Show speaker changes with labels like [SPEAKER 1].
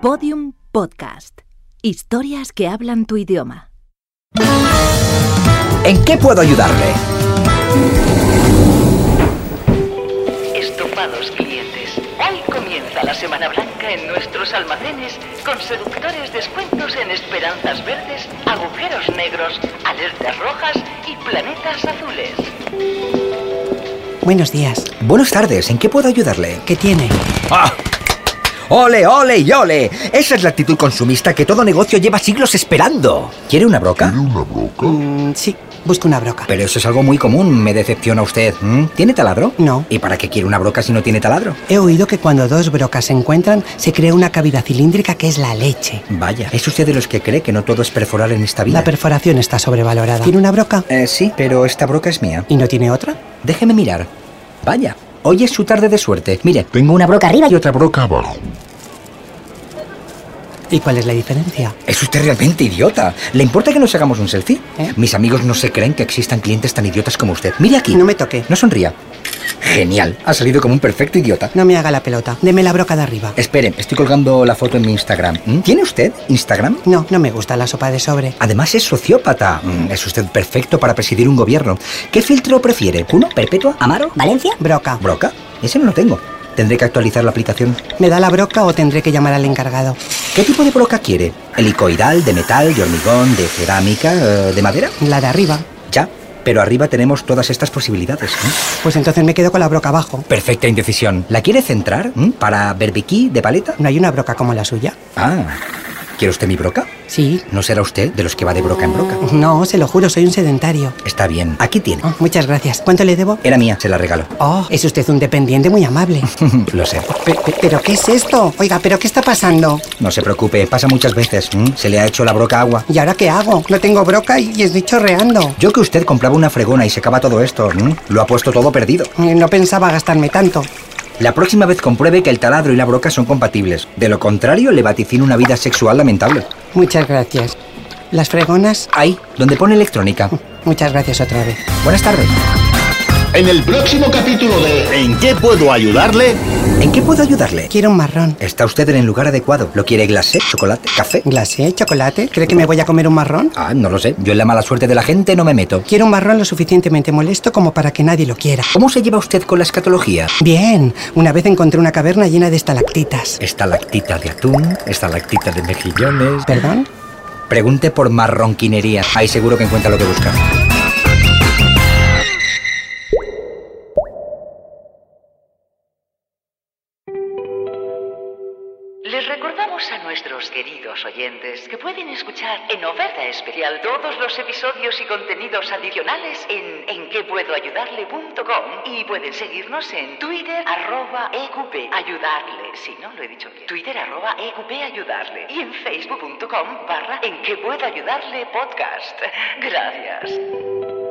[SPEAKER 1] Podium Podcast. Historias que hablan tu idioma.
[SPEAKER 2] ¿En qué puedo ayudarle?
[SPEAKER 3] Estofados clientes. Hoy comienza la Semana Blanca en nuestros almacenes con seductores descuentos en esperanzas verdes, agujeros negros, alertas rojas y planetas azules.
[SPEAKER 4] Buenos días.
[SPEAKER 2] Buenas tardes, ¿en qué puedo ayudarle?
[SPEAKER 4] ¿Qué tiene?
[SPEAKER 2] ¡Ah! ¡Ole, ole y ole! Esa es la actitud consumista que todo negocio lleva siglos esperando. ¿Quiere una broca?
[SPEAKER 4] Mm, sí, busco una broca.
[SPEAKER 2] Pero eso es algo muy común, me decepciona usted. ¿Mm? ¿Tiene taladro?
[SPEAKER 4] No.
[SPEAKER 2] ¿Y para qué quiere una broca si no tiene taladro?
[SPEAKER 4] He oído que cuando dos brocas se encuentran se crea una cavidad cilíndrica que es la leche.
[SPEAKER 2] Vaya, ¿es usted de los que cree que no todo es perforar en esta vida?
[SPEAKER 4] La perforación está sobrevalorada. ¿Tiene una broca?
[SPEAKER 2] Eh, sí, pero esta broca es mía.
[SPEAKER 4] ¿Y no tiene otra?
[SPEAKER 2] Déjeme mirar. Vaya, hoy es su tarde de suerte. Mire, tengo una broca arriba y otra broca abajo.
[SPEAKER 4] ¿Y cuál es la diferencia?
[SPEAKER 2] Es usted realmente idiota. ¿Le importa que nos hagamos un selfie?
[SPEAKER 4] ¿Eh?
[SPEAKER 2] Mis amigos no se creen que existan clientes tan idiotas como usted. Mire aquí.
[SPEAKER 4] No me toque.
[SPEAKER 2] No sonría. Genial. Ha salido como un perfecto idiota.
[SPEAKER 4] No me haga la pelota. Deme la broca de arriba.
[SPEAKER 2] Espere, estoy colgando la foto en mi Instagram. ¿Mm? ¿Tiene usted Instagram?
[SPEAKER 4] No, no me gusta la sopa de sobre.
[SPEAKER 2] Además es sociópata. Mm, Es usted perfecto para presidir un gobierno. ¿Qué filtro prefiere? ¿Cuno? ¿Perpetua? ¿Amaro? ¿Valencia?
[SPEAKER 4] Broca.
[SPEAKER 2] ¿Broca? Ese no lo tengo. Tendré que actualizar la aplicación.
[SPEAKER 4] ¿Me da la broca o tendré que llamar al encargado?
[SPEAKER 2] ¿Qué tipo de broca quiere? ¿Helicoidal, de metal, de hormigón, de cerámica, eh, de madera?
[SPEAKER 4] La de arriba.
[SPEAKER 2] Ya, pero arriba tenemos todas estas posibilidades. ¿eh?
[SPEAKER 4] Pues entonces me quedo con la broca abajo.
[SPEAKER 2] Perfecta indecisión. ¿La quiere centrar? ¿m? ¿Para berbiquí de paleta?
[SPEAKER 4] ¿No hay una broca como la suya?
[SPEAKER 2] Ah, ¿quiere usted mi broca?
[SPEAKER 4] Sí.
[SPEAKER 2] ¿No será usted de los que va de broca en broca?
[SPEAKER 4] No, se lo juro, soy un sedentario.
[SPEAKER 2] Está bien, aquí tiene.
[SPEAKER 4] Oh, muchas gracias. ¿Cuánto le debo?
[SPEAKER 2] Era mía, se la regalo.
[SPEAKER 4] Oh, es usted un dependiente muy amable.
[SPEAKER 2] Lo sé.
[SPEAKER 4] Pe- pe- ¿Pero qué es esto? Oiga, ¿pero qué está pasando?
[SPEAKER 2] No se preocupe, pasa muchas veces. ¿m? Se le ha hecho la broca agua.
[SPEAKER 4] ¿Y ahora qué hago? No tengo broca y y estoy chorreando.
[SPEAKER 2] Yo que usted compraba una fregona y secaba todo esto, ¿m? lo ha puesto todo perdido.
[SPEAKER 4] Eh, No pensaba gastarme tanto.
[SPEAKER 2] La próxima vez compruebe que el taladro y la broca son compatibles. De lo contrario, le vaticino una vida sexual lamentable.
[SPEAKER 4] Muchas gracias. ¿Las fregonas?
[SPEAKER 2] Ahí, donde pone electrónica.
[SPEAKER 4] Muchas gracias otra vez.
[SPEAKER 2] Buenas tardes.
[SPEAKER 5] En el próximo capítulo de ¿En qué puedo ayudarle?
[SPEAKER 2] ¿En qué puedo ayudarle?
[SPEAKER 4] Quiero un marrón.
[SPEAKER 2] Está usted en el lugar adecuado. ¿Lo quiere glacé, chocolate, café?
[SPEAKER 4] ¿Glacé? ¿Chocolate? ¿Cree que me voy a comer un marrón?
[SPEAKER 2] Ah, no lo sé. Yo en la mala suerte de la gente no me meto.
[SPEAKER 4] Quiero un marrón lo suficientemente molesto como para que nadie lo quiera.
[SPEAKER 2] ¿Cómo se lleva usted con la escatología?
[SPEAKER 4] Bien, una vez encontré una caverna llena de estalactitas.
[SPEAKER 2] Estalactita de atún, estalactita de mejillones.
[SPEAKER 4] ¿Perdón?
[SPEAKER 2] Pregunte por marronquinería. Ahí seguro que encuentra lo que busca.
[SPEAKER 3] Les recordamos a nuestros queridos oyentes que pueden escuchar en oferta especial todos los episodios y contenidos adicionales en enquepuedoayudarle.com y pueden seguirnos en Twitter arroba EQP ayudarle, si no lo he dicho bien, Twitter arroba EQP ayudarle y en facebook.com barra en que puedo ayudarle podcast. Gracias.